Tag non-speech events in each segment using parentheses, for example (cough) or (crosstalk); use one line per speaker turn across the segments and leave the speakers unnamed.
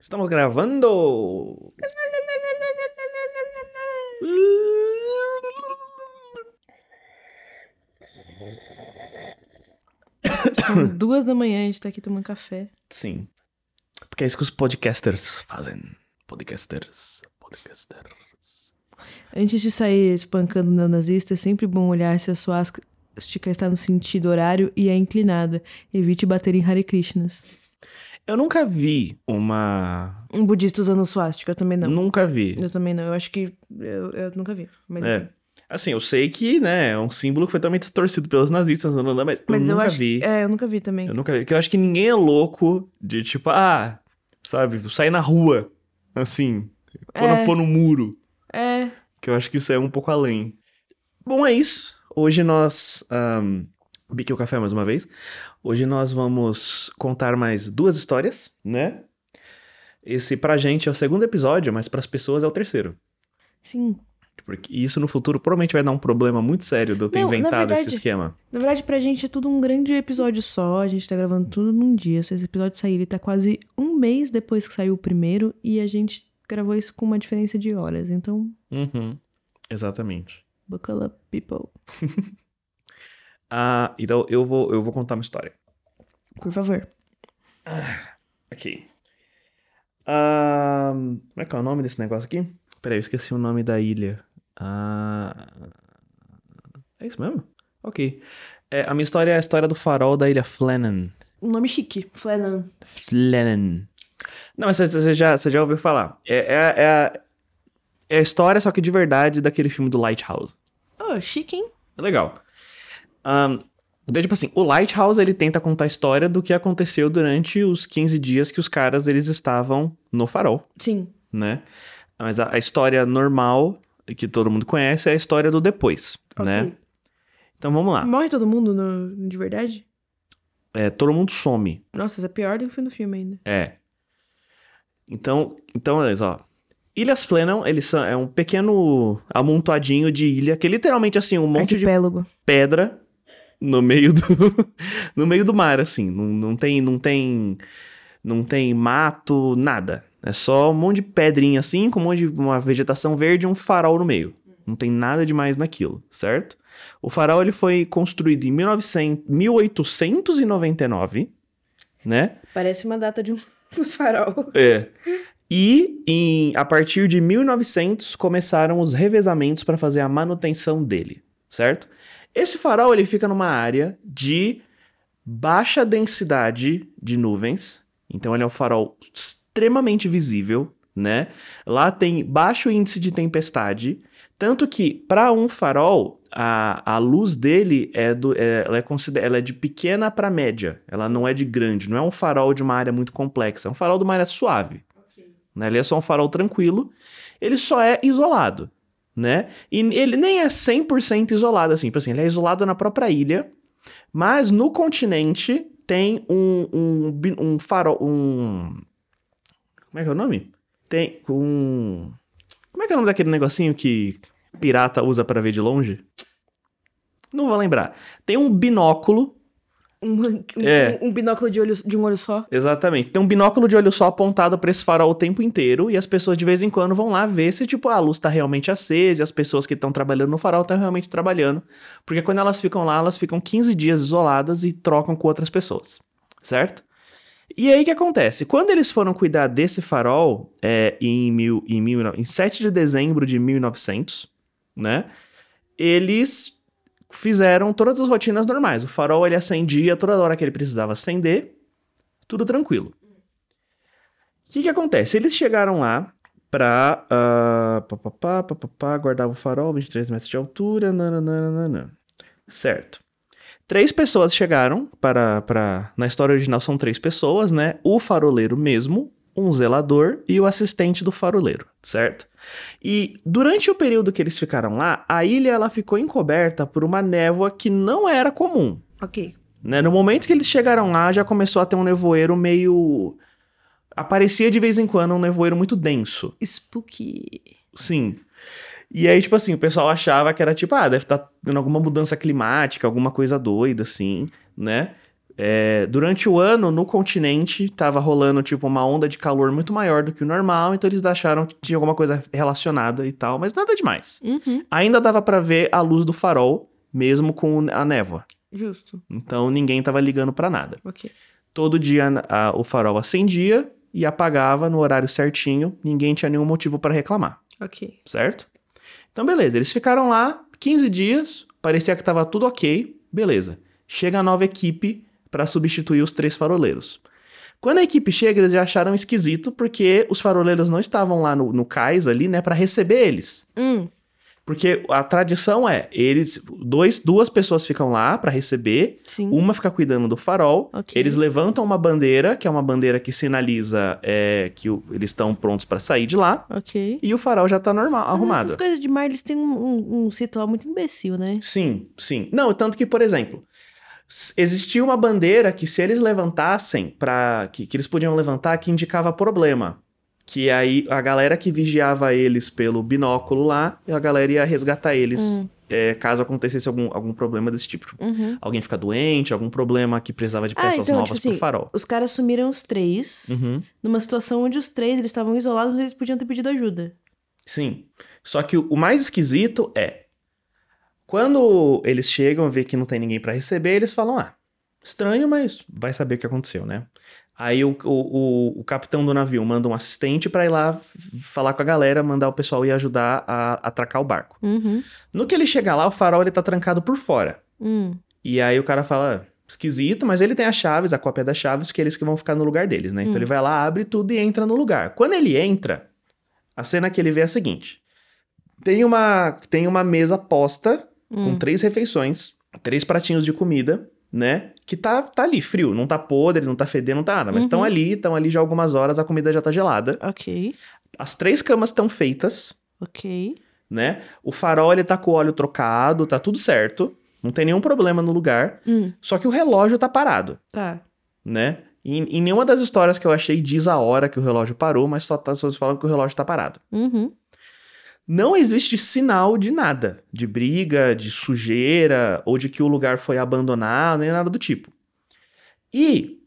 Estamos gravando!
São duas da manhã, a gente tá aqui tomando café.
Sim. Porque é isso que os podcasters fazem. Podcasters. Podcaster.
Antes de sair espancando o neonazista, é sempre bom olhar se a suástica está no sentido horário e é inclinada. Evite bater em Hare Krishnas.
Eu nunca vi uma.
Um budista usando suástica, eu também não.
Nunca vi.
Eu também não. Eu acho que. Eu, eu nunca vi. Mas,
É.
enfim.
Assim, eu sei que, né, é um símbolo que foi totalmente distorcido pelos nazistas, não, não, não, mas,
mas
eu
eu
nunca
acho.
vi.
É, eu nunca vi também.
Eu nunca vi. Porque eu acho que ninguém é louco de tipo, ah, sabe, sair na rua. Assim. Quando
É.
pôr no muro.
É.
Que eu acho que isso é um pouco além. Bom, é isso. Hoje nós. Um, Bique o café mais uma vez. Hoje nós vamos contar mais duas histórias, né? Esse pra gente é o segundo episódio, mas pras pessoas é o terceiro.
Sim.
Porque isso no futuro provavelmente vai dar um problema muito sério de eu ter
Não, na
inventado esse
verdade-
esquema.
Na verdade, pra gente é tudo um grande episódio só. A gente tá gravando tudo num dia. Se esse episódio sair, ele tá quase um mês depois que saiu o primeiro. E a gente gravou isso com uma diferença de horas. Então,
Uhum. Exatamente.
buckle up, people.
Ah, então eu vou, eu vou contar uma história.
Por favor.
Aqui. Ahn, como é que é o nome desse negócio aqui? Peraí, eu esqueci o nome da ilha. Ah, é isso mesmo? Ok. É, a minha história é a história do farol da ilha Flannan.
Um nome chique. Flannan.
Flannan. Não, mas você- você já, você já ouviu falar. É, é- é a- é a história, só que de verdade, daquele filme do Lighthouse.
Oh, chique, hein?
É legal. Ahn, então, tipo assim, o Lighthouse, ele tenta contar a história do que aconteceu durante os 15 dias que os caras, eles estavam no farol,
Sim.
né? Mas a, a história normal, que todo mundo conhece, é a história do depois,
Ok.
né? Então, vamos lá.
Morre todo mundo no- de verdade?
É, todo mundo some.
Nossa, isso é pior do que o fim do filme ainda.
É. Então, então beleza, ó. Ilhas Flannan, eles são, é um pequeno amontoadinho de ilha, que é literalmente, assim, um monte de
Arquipélago.
pedra no meio do (laughs) no meio do mar assim não, não tem não tem não tem mato nada é só um monte de pedrinha assim com um monte de uma vegetação verde e um farol no meio não tem nada demais naquilo certo o farol ele foi construído em 1900, 1899 né
Parece uma data de um (laughs) farol.
(laughs) é e em, a partir de 1900 começaram os revezamentos para fazer a manutenção dele, certo? Esse farol ele fica numa área de baixa densidade de nuvens, então ele é um farol extremamente visível, né? Lá tem baixo índice de tempestade, tanto que para um farol a, a luz dele é do é- ela é consider, ela é de pequena para média, ela não é de grande, não é um farol de uma área muito complexa, é um farol de uma área suave né? Ele é só um farol tranquilo, ele só é isolado, né? E ele nem é 100% isolado, assim, tipo assim, ele é isolado na própria ilha, mas no continente tem um, um, bi- um farol, um... Como é que é o nome? Tem um... Como é que é o nome daquele negocinho que pirata usa pra ver de longe? Não vou lembrar. Tem um binóculo
Um, um-
É.
um binóculo de, olho, de um olho só.
Exatamente. Tem um binóculo de olho só apontado pra esse farol o tempo inteiro e as pessoas de vez em quando vão lá ver se tipo a luz tá realmente acesa e as pessoas que estão trabalhando no farol estão realmente trabalhando, porque quando elas ficam lá, elas ficam 15 dias isoladas e trocam com outras pessoas, certo? E aí o que acontece? Quando eles foram cuidar desse farol é, em, mil, em, mil, e no- em 7 de dezembro de 1900, né? Eles fizeram todas as rotinas normais. O farol ele acendia toda hora que ele precisava acender tudo tranquilo. O que que acontece? Eles chegaram lá pra ah, pá, pá, pá, pá, pá, pá, guardava o farol, 23 metros de altura, nananana. Certo. Três pessoas chegaram para, para... Na história original são três pessoas, né? O faroleiro mesmo, um zelador e o assistente do faroleiro, certo? E durante o período que eles ficaram lá, a ilha ela ficou encoberta por uma névoa que não era comum.
Ok.
Né, No momento que eles chegaram lá, já começou a ter um nevoeiro meio. Aparecia de vez em quando um nevoeiro muito denso.
Spooky.
Sim. E aí, tipo assim, o pessoal tá achava que era tipo, ah, deve estar tendo alguma mudança climática, alguma coisa doida, assim, né? É, durante o ano, no continente, tava rolando, tipo, uma onda de calor muito maior do que o normal, então eles acharam que tinha alguma coisa relacionada e tal, mas nada demais.
Uhum.
Ainda dava pra ver a luz do farol, mesmo com a névoa.
Justo.
Então ninguém tava ligando pra nada.
Ok.
Todo dia a- o farol acendia e apagava no horário certinho, ninguém tinha nenhum motivo pra reclamar,
Ok.
certo? Então beleza, eles ficaram lá 15 dias, parecia que tava tudo ok, beleza. Chega a nova equipe pra substituir os três faroleiros. Quando a equipe chega, eles já acharam esquisito, porque os faroleiros não estavam lá no, no cais ali, né, pra receber eles.
Hum.
Porque a tradição é, eles dois, duas pessoas ficam lá pra receber,
Sim.
uma fica cuidando do farol,
Ok.
eles levantam uma bandeira, que é uma bandeira que sinaliza é, que o- eles estão prontos pra sair de lá,
Ok.
e o farol já tá normal,
Mas
arrumado.
Ah, Essas coisas de mar, eles têm um, um, um ritual muito imbecil, né?
Sim, sim. Não, tanto que, por exemplo, s- existia uma bandeira que se eles levantassem para que, que eles podiam levantar que indicava problema. Que aí a galera que vigiava eles pelo binóculo lá, a galera ia resgatar eles
Hum.
é, caso acontecesse algum, algum problema desse tipo.
Uhum.
Alguém ficar doente, algum problema que precisava de
Ah,
peças
então,
novas
tipo
pro
assim,
farol.
Os caras sumiram os três
Uhum.
numa situação onde os três eles estavam isolados, mas eles podiam ter pedido ajuda.
Sim. Só que o o mais esquisito é quando eles chegam, vê que não tem ninguém pra receber, eles falam: "Ah, estranho, mas vai saber o que aconteceu, né?" Aí o, o, o- o capitão do navio manda um assistente pra ir lá f- falar com a galera, mandar o pessoal ir ajudar a atracar o barco.
Uhum.
No que ele chega lá, o farol ele tá trancado por fora.
Hum.
E aí o cara fala: "Ah, esquisito, mas ele tem as chaves, a cópia das chaves, que é eles que vão ficar no lugar deles, né? Então
Hum.
ele vai lá, abre tudo e entra no lugar. Quando ele entra, a cena que ele vê é a seguinte: tem uma, tem uma mesa posta com
Hum.
três refeições, três pratinhos de comida, né? Que tá, tá ali, frio, não tá podre, não tá fedendo, não tá nada, mas estão
Uhum.
ali, estão ali já algumas horas, a comida já tá gelada.
Ok.
As três camas estão feitas,
Ok.
né? O farol ele tá com o óleo trocado, tá tudo certo, não tem nenhum problema no lugar.
Hum.
Só que o relógio tá parado,
Tá.
né? E em nenhuma das histórias que eu achei diz a hora que o relógio parou, mas só tá só falando que o relógio tá parado.
Uhum.
Não existe sinal de nada, de briga, de sujeira, ou de que o lugar foi abandonado, nem nada do tipo. E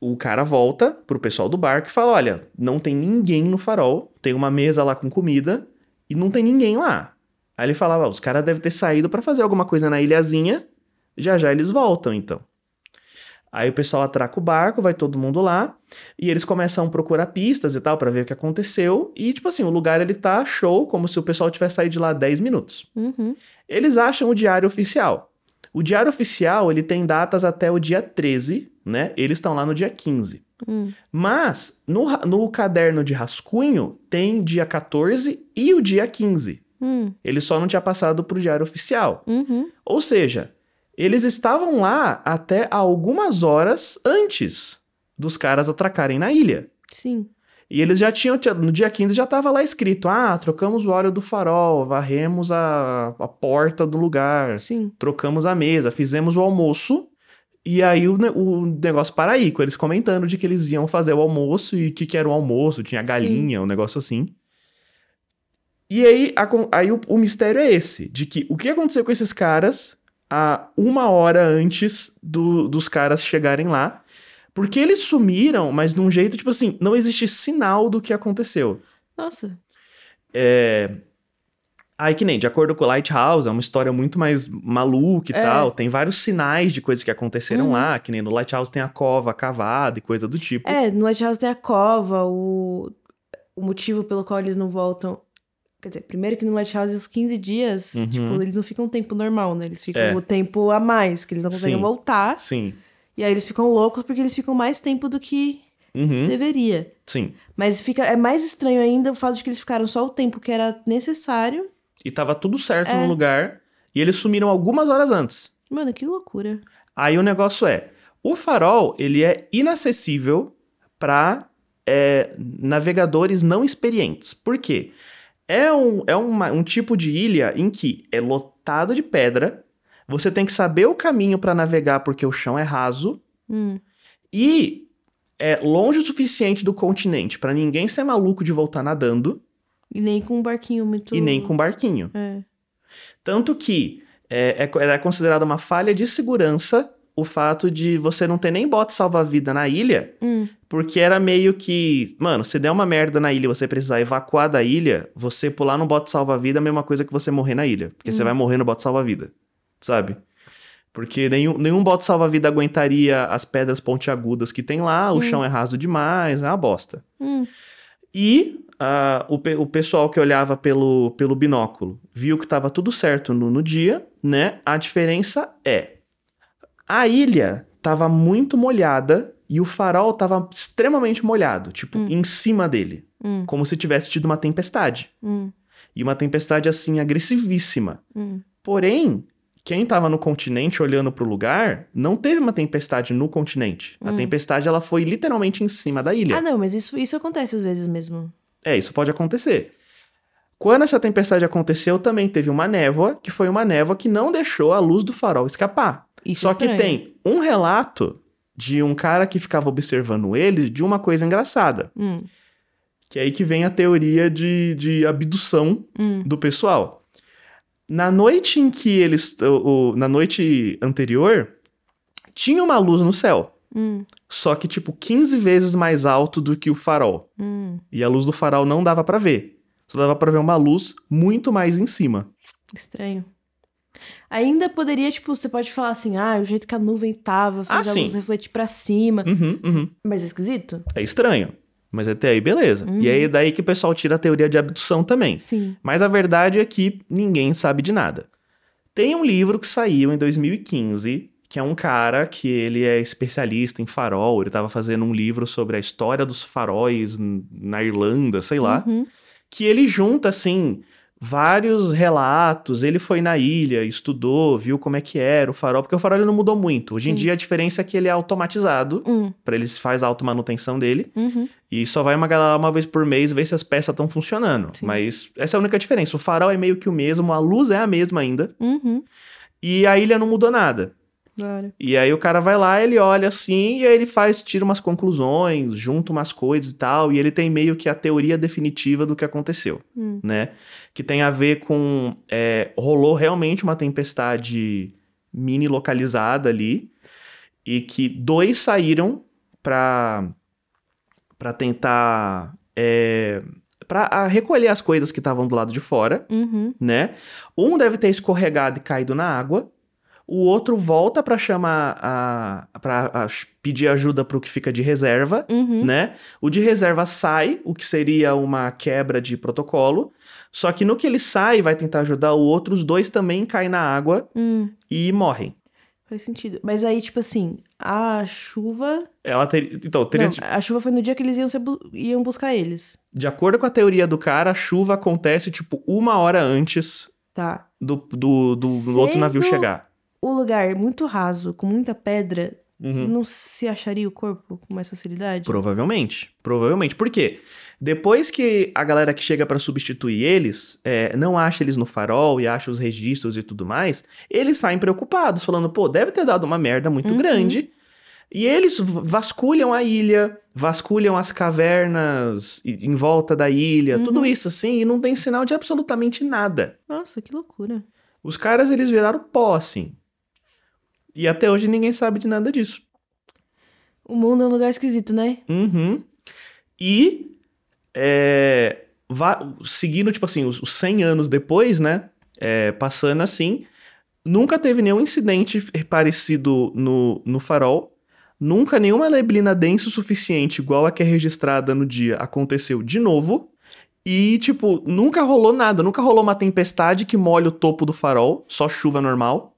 o cara volta pro pessoal do barco e fala: olha, não tem ninguém no farol, tem uma mesa lá com comida e não tem ninguém lá. Aí ele falava: "Ah, os caras devem ter saído pra fazer alguma coisa na ilhazinha, já já eles voltam então. Aí o pessoal atraca o barco, vai todo mundo lá. E eles começam a procurar pistas e tal pra ver o que aconteceu. E, tipo assim, o lugar ele tá show, como se o pessoal tivesse saído de lá 10 minutos.
Uhum.
Eles acham o diário oficial. O diário oficial, ele tem datas até o dia 13, né? Eles estão lá no dia 15.
Hum.
Mas, no, ra- no caderno de rascunho, tem dia 14 e o dia 15.
Hum.
Ele só não tinha passado pro diário oficial.
Uhum.
Ou seja, eles estavam lá até algumas horas antes dos caras atracarem na ilha.
Sim.
E eles já tinham, tinha- no dia 15 já estava lá escrito: ah, trocamos o óleo do farol, varremos a, a porta do lugar,
Sim.
trocamos a mesa, fizemos o almoço. E aí o, ne- o negócio para aí, com eles comentando de que eles iam fazer o almoço e o que, que era o almoço, tinha galinha, um negócio assim. E aí, a con- aí o, o mistério é esse: de que o que aconteceu com esses caras a uma hora antes do- dos caras chegarem lá. Porque eles sumiram, mas de um jeito, tipo assim, não existe sinal do que aconteceu.
Nossa.
Aí que nem, de acordo com o Lighthouse, é uma história muito mais maluca e
É.
tal. Tem vários sinais de coisas que aconteceram
Uhum.
lá, que nem no Lighthouse tem a cova cavada e coisa do tipo.
É, no Lighthouse tem a cova, o... o motivo pelo qual eles não voltam. Quer dizer, primeiro que no Lighthouse, os 15 dias,
Uhum.
tipo, eles não ficam um tempo normal, né? Eles ficam
É.
o tempo a mais, que eles não conseguem
Sim.
voltar.
Sim.
E aí eles ficam loucos porque eles ficam mais tempo do que
Uhum.
É. deveria.
Sim.
Mas fica, é mais estranho ainda o fato de que eles ficaram só o tempo que era necessário.
E tava tudo certo
É.
no lugar. E eles sumiram algumas horas antes.
Mano, que loucura.
Aí o negócio é, o farol ele é inacessível para navegadores não experientes. Por quê? É, um, é uma- um tipo de ilha em que é lotado de pedra, você tem que saber o caminho para navegar porque o chão é raso
Hum,
e é longe o suficiente do continente para ninguém ser maluco de voltar nadando
E nem com um barquinho muito.
e nem com barquinho.
É.
é Tanto que é, é co- era considerada uma falha de segurança o fato de você não ter nem bote salva-vida na ilha,
Hum.
porque era meio que, mano, se der uma merda na ilha e você precisar evacuar da ilha, você pular no bote salva-vida é a mesma coisa que você morrer na ilha, porque você
Hum.
vai morrer no bote salva-vida, sabe? Porque nenhum, nenhum bote salva-vida aguentaria as pedras pontiagudas que tem lá, o chão é raso demais, é uma bosta.
Hum.
E ah, o, pe- o pessoal que olhava pelo, pelo binóculo viu que estava tudo certo no, no dia, né? A diferença é: a ilha estava muito molhada e o farol estava extremamente molhado tipo, em cima dele.
Hum.
Como se tivesse tido uma tempestade.
Hum.
E uma tempestade assim, agressivíssima.
Hum.
Porém, quem estava no continente olhando para o lugar, não teve uma tempestade no continente. A tempestade ela foi literalmente em cima da ilha.
Hum. Ah, não, mas isso, isso acontece às vezes mesmo.
É, isso pode acontecer. Quando essa tempestade aconteceu, também teve uma névoa, que foi uma névoa que não deixou a luz do farol escapar.
Isso
Só
é
que
estranho.
tem um relato de um cara que ficava observando ele de uma coisa engraçada.
Hum.
Que é aí que vem a teoria de, de abdução
Hum.
do pessoal. Na noite em que eles. o- o- na noite anterior, tinha uma luz no céu.
Hum.
Só que, tipo, 15 vezes mais alto do que o farol.
Hum.
E a luz do farol não dava pra ver. Só dava pra ver uma luz muito mais em cima.
Estranho. Ainda poderia, tipo, você pode falar assim, ah, o jeito que a nuvem tava, fez
Ah,
a
sim.
luz refletir pra cima.
Uhum, uhum.
Mas é esquisito?
É estranho. Mas até aí, beleza. E aí, é daí que o pessoal tira a teoria de abdução também.
Sim.
Mas a verdade é que ninguém sabe de nada. Tem um livro que saiu em 2015, que é um cara que ele é especialista em farol. Ele tava fazendo um livro sobre a história dos faróis n- na Irlanda, sei lá.
Uhum.
que ele junta assim vários relatos. Ele foi na ilha, estudou, viu como é que era o farol, porque o farol ele não mudou muito. Hoje em
Sim.
dia a diferença é que ele é automatizado,
Hum.
para eles faz a automanutenção dele
Uhum.
e só vai uma galera lá uma vez por mês ver se as peças estão funcionando.
Sim.
Mas essa é a única diferença. O farol é meio que o mesmo, a luz é a mesma ainda
Uhum.
e a ilha não mudou nada.
Da hora.
E aí o cara vai lá, ele olha assim, e aí ele faz, tira umas conclusões, junta umas coisas e tal, e ele tem meio que a teoria definitiva do que aconteceu,
Hum.
né? Que tem a ver com... é, rolou realmente uma tempestade mini localizada ali, e que dois saíram pra, pra tentar... É, pra ah, recolher as coisas que estavam do lado de fora,
Uhum.
né? Um deve ter escorregado e caído na água. O outro volta pra chamar a para pedir ajuda pro que fica de reserva,
Uhum.
né? O de reserva sai, o que seria uma quebra de protocolo. Só que no que ele sai, e vai tentar ajudar o outro, os dois também caem na água
Hum.
e morrem.
Faz sentido. Mas aí, tipo assim, a chuva.
Ela ter- então, teria,
Não, a chuva foi no dia que eles iam, ser bu- iam buscar eles.
de acordo com a teoria do cara, a chuva acontece tipo uma hora antes
Tá.
do, do, do, do outro navio
Cedo.
chegar.
O lugar muito raso, com muita pedra,
Uhum.
não se acharia o corpo com mais facilidade?
Provavelmente. Provavelmente. Por quê? Depois que a galera que chega pra substituir eles é, não acha eles no farol e acha os registros e tudo mais, eles saem preocupados, falando, pô, deve ter dado uma merda muito
Uhum.
grande. E eles v- vasculham a ilha, vasculham as cavernas e- em volta da ilha,
Uhum.
tudo isso assim, e não tem sinal de absolutamente nada.
Nossa, que loucura.
Os caras, eles viraram pó, assim. E até hoje ninguém sabe de nada disso.
O mundo é um lugar esquisito, né?
Uhum. E é, va- seguindo, tipo assim, os, os 100 anos depois, né? é, passando assim, nunca teve nenhum incidente parecido no, no farol. Nunca nenhuma neblina densa o suficiente, igual a que é registrada no dia, aconteceu de novo. E, tipo, nunca rolou nada. Nunca rolou uma tempestade que molha o topo do farol, só chuva normal.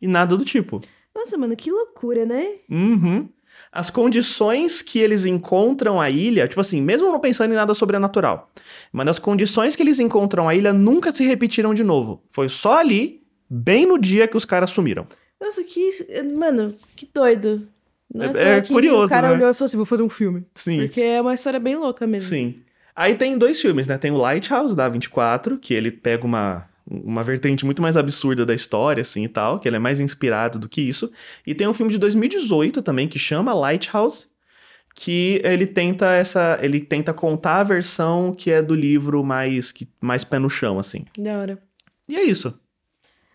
E nada do tipo.
Nossa, mano, que loucura, né?
Uhum. As condições que eles encontram a ilha, tipo assim, mesmo não pensando em nada sobrenatural, mas as condições que eles encontram a ilha nunca se repetiram de novo. Foi só ali, bem no dia que os caras sumiram.
Nossa, que. eh, Mano, que doido. Não
É-
à toa
é
que
curioso,
O cara
né?
olhou e falou assim: vou fazer um filme.
Sim.
Porque é uma história bem louca mesmo.
Sim. Aí tem dois filmes, né? Tem o Lighthouse da 24, que ele pega uma, uma vertente muito mais absurda da história, assim e tal, que ele é mais inspirado do que isso. E tem um filme de 2018 também, que chama Lighthouse, que ele tenta essa. Ele tenta contar a versão que é do livro mais, que, mais pé no chão, assim.
Da hora.
E é isso.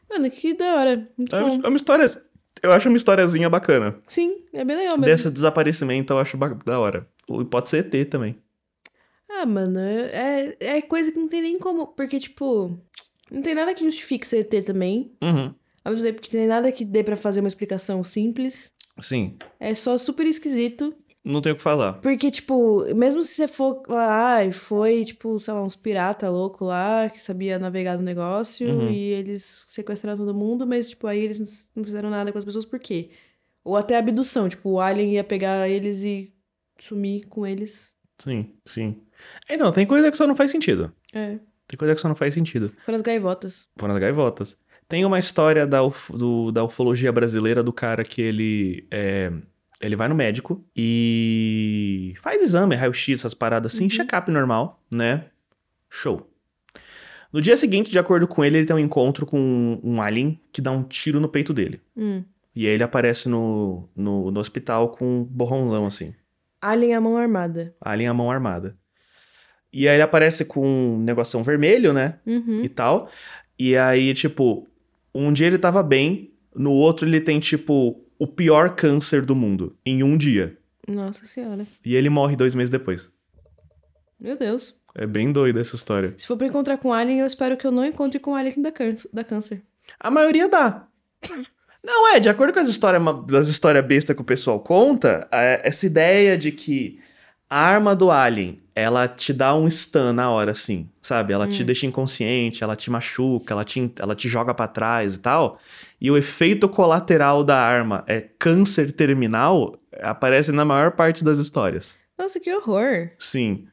Mano, que da hora. Muito
É
bom.
uma, é uma história. Eu acho uma historiazinha bacana.
Sim, é bem legal mesmo.
Desse desaparecimento eu acho ba- da hora. Ou Pode ser ET também.
Ah, mano, é, é coisa que não tem nem como. Porque, tipo, não tem nada que justifique ser ET também.
Uhum.
Ao mesmo tempo que tem nada que dê pra fazer uma explicação simples.
Sim.
É só super esquisito.
Não tenho o que falar.
Porque, tipo, mesmo se você for lá ai, foi, tipo, sei lá, uns pirata louco lá que sabia navegar no negócio
Uhum.
e eles sequestraram todo mundo, mas, tipo, aí eles não fizeram nada com as pessoas, por quê? Ou até abdução, tipo, o alien ia pegar eles e sumir com eles.
Sim, sim. Então, tem coisa que só não faz sentido.
É.
Tem coisa que só não faz sentido.
Foram as gaivotas.
Foram as gaivotas. Tem uma história da, uf- do- da ufologia brasileira do cara que ele é, ele vai no médico e faz exame, raio-x, essas paradas assim,
Uhum.
check-up normal, né? Show. No dia seguinte, de acordo com ele, ele tem um encontro com um- um alien que dá um tiro no peito dele.
Hum.
E aí ele aparece no, no, no hospital com um borrãozão assim.
Alien à mão armada.
Alien à é mão armada. E aí ele aparece com um negocinho vermelho, né?
Uhum.
e tal. E aí, tipo, um dia ele tava bem, no outro ele tem, tipo, o pior câncer do mundo, em um dia.
Nossa senhora.
E ele morre dois meses depois.
Meu Deus.
É bem doida essa história.
Se for pra encontrar com alien, eu espero que eu não encontre com alien que dá câncer. Dá câncer.
A maioria dá. Não, é, de acordo com as histórias das histórias besta que o pessoal conta, é, essa ideia de que a arma do alien, ela te dá um stun na hora, assim, sabe? Ela te deixa inconsciente, ela te machuca, ela te, ela te joga pra trás e tal. E o efeito colateral da arma é câncer terminal, aparece na maior parte das histórias.
Nossa, que horror.
Sim.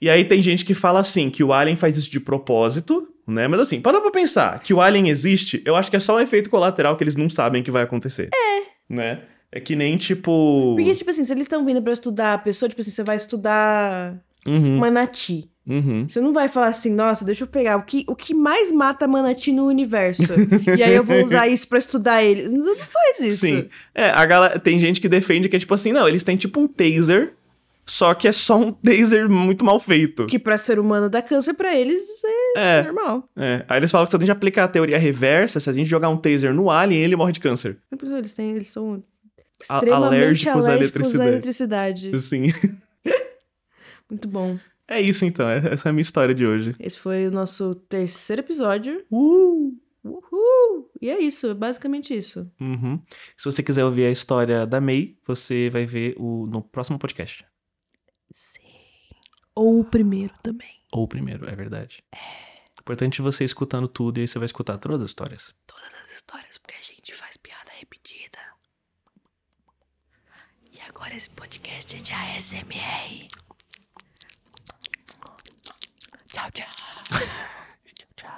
E aí tem gente que fala assim, que o Alien faz isso de propósito, né? Mas assim, para pra pensar, que o Alien existe, eu acho que é só um efeito colateral que eles não sabem que vai acontecer. É. Né? É que nem tipo.
Porque, tipo assim, se eles estão vindo pra estudar a pessoa, tipo assim, você vai estudar
Uhum,
manati.
uhum.
Você não vai falar assim, nossa, deixa eu pegar o que, o que mais mata manati no
(laughs)
universo. e aí eu vou usar isso pra estudar ele. Não, não faz isso.
Sim. É, a galera, tem gente que defende que é tipo assim, não, eles têm tipo um taser, só que é só um (laughs) taser muito mal feito.
Que pra ser humano dá câncer, pra eles isso é
É,
normal.
é. Aí eles falam que se a gente aplicar a teoria reversa, se a gente jogar um taser no Alien, ele morre de câncer.
Não precisa, Eles, têm, eles são
A-
extremamente
alérgicos
alérgicos,
à
à
eletricidade.
eletricidade.
Assim.
Muito bom.
(laughs) É isso então, é- essa é a minha história de hoje.
Esse foi o nosso terceiro episódio.
Uh!
Uhul! E é isso, é basicamente isso.
Uhum. Se você quiser ouvir a história da May, você vai ver o, no próximo podcast.
Sim. Ou o primeiro também.
Ou o primeiro, é verdade. É. Importante você ir escutando tudo e aí você vai escutar todas as histórias.
Todas as histórias, porque a gente faz piada repetida. E agora esse podcast é de ASMR. Tchau, tchau.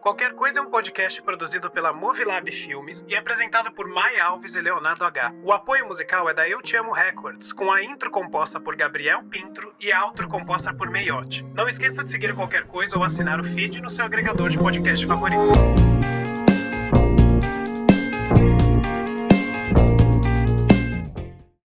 Qualquer Coisa é um podcast produzido pela Movilab Filmes e apresentado por Maia Alves e Leonardo H. O apoio musical é da Eu Te Amo Records, com a intro composta por Gabriel Pintro e a outro composta por Meiote. Não esqueça de seguir Qualquer Coisa ou assinar o feed no seu agregador de podcast favorito.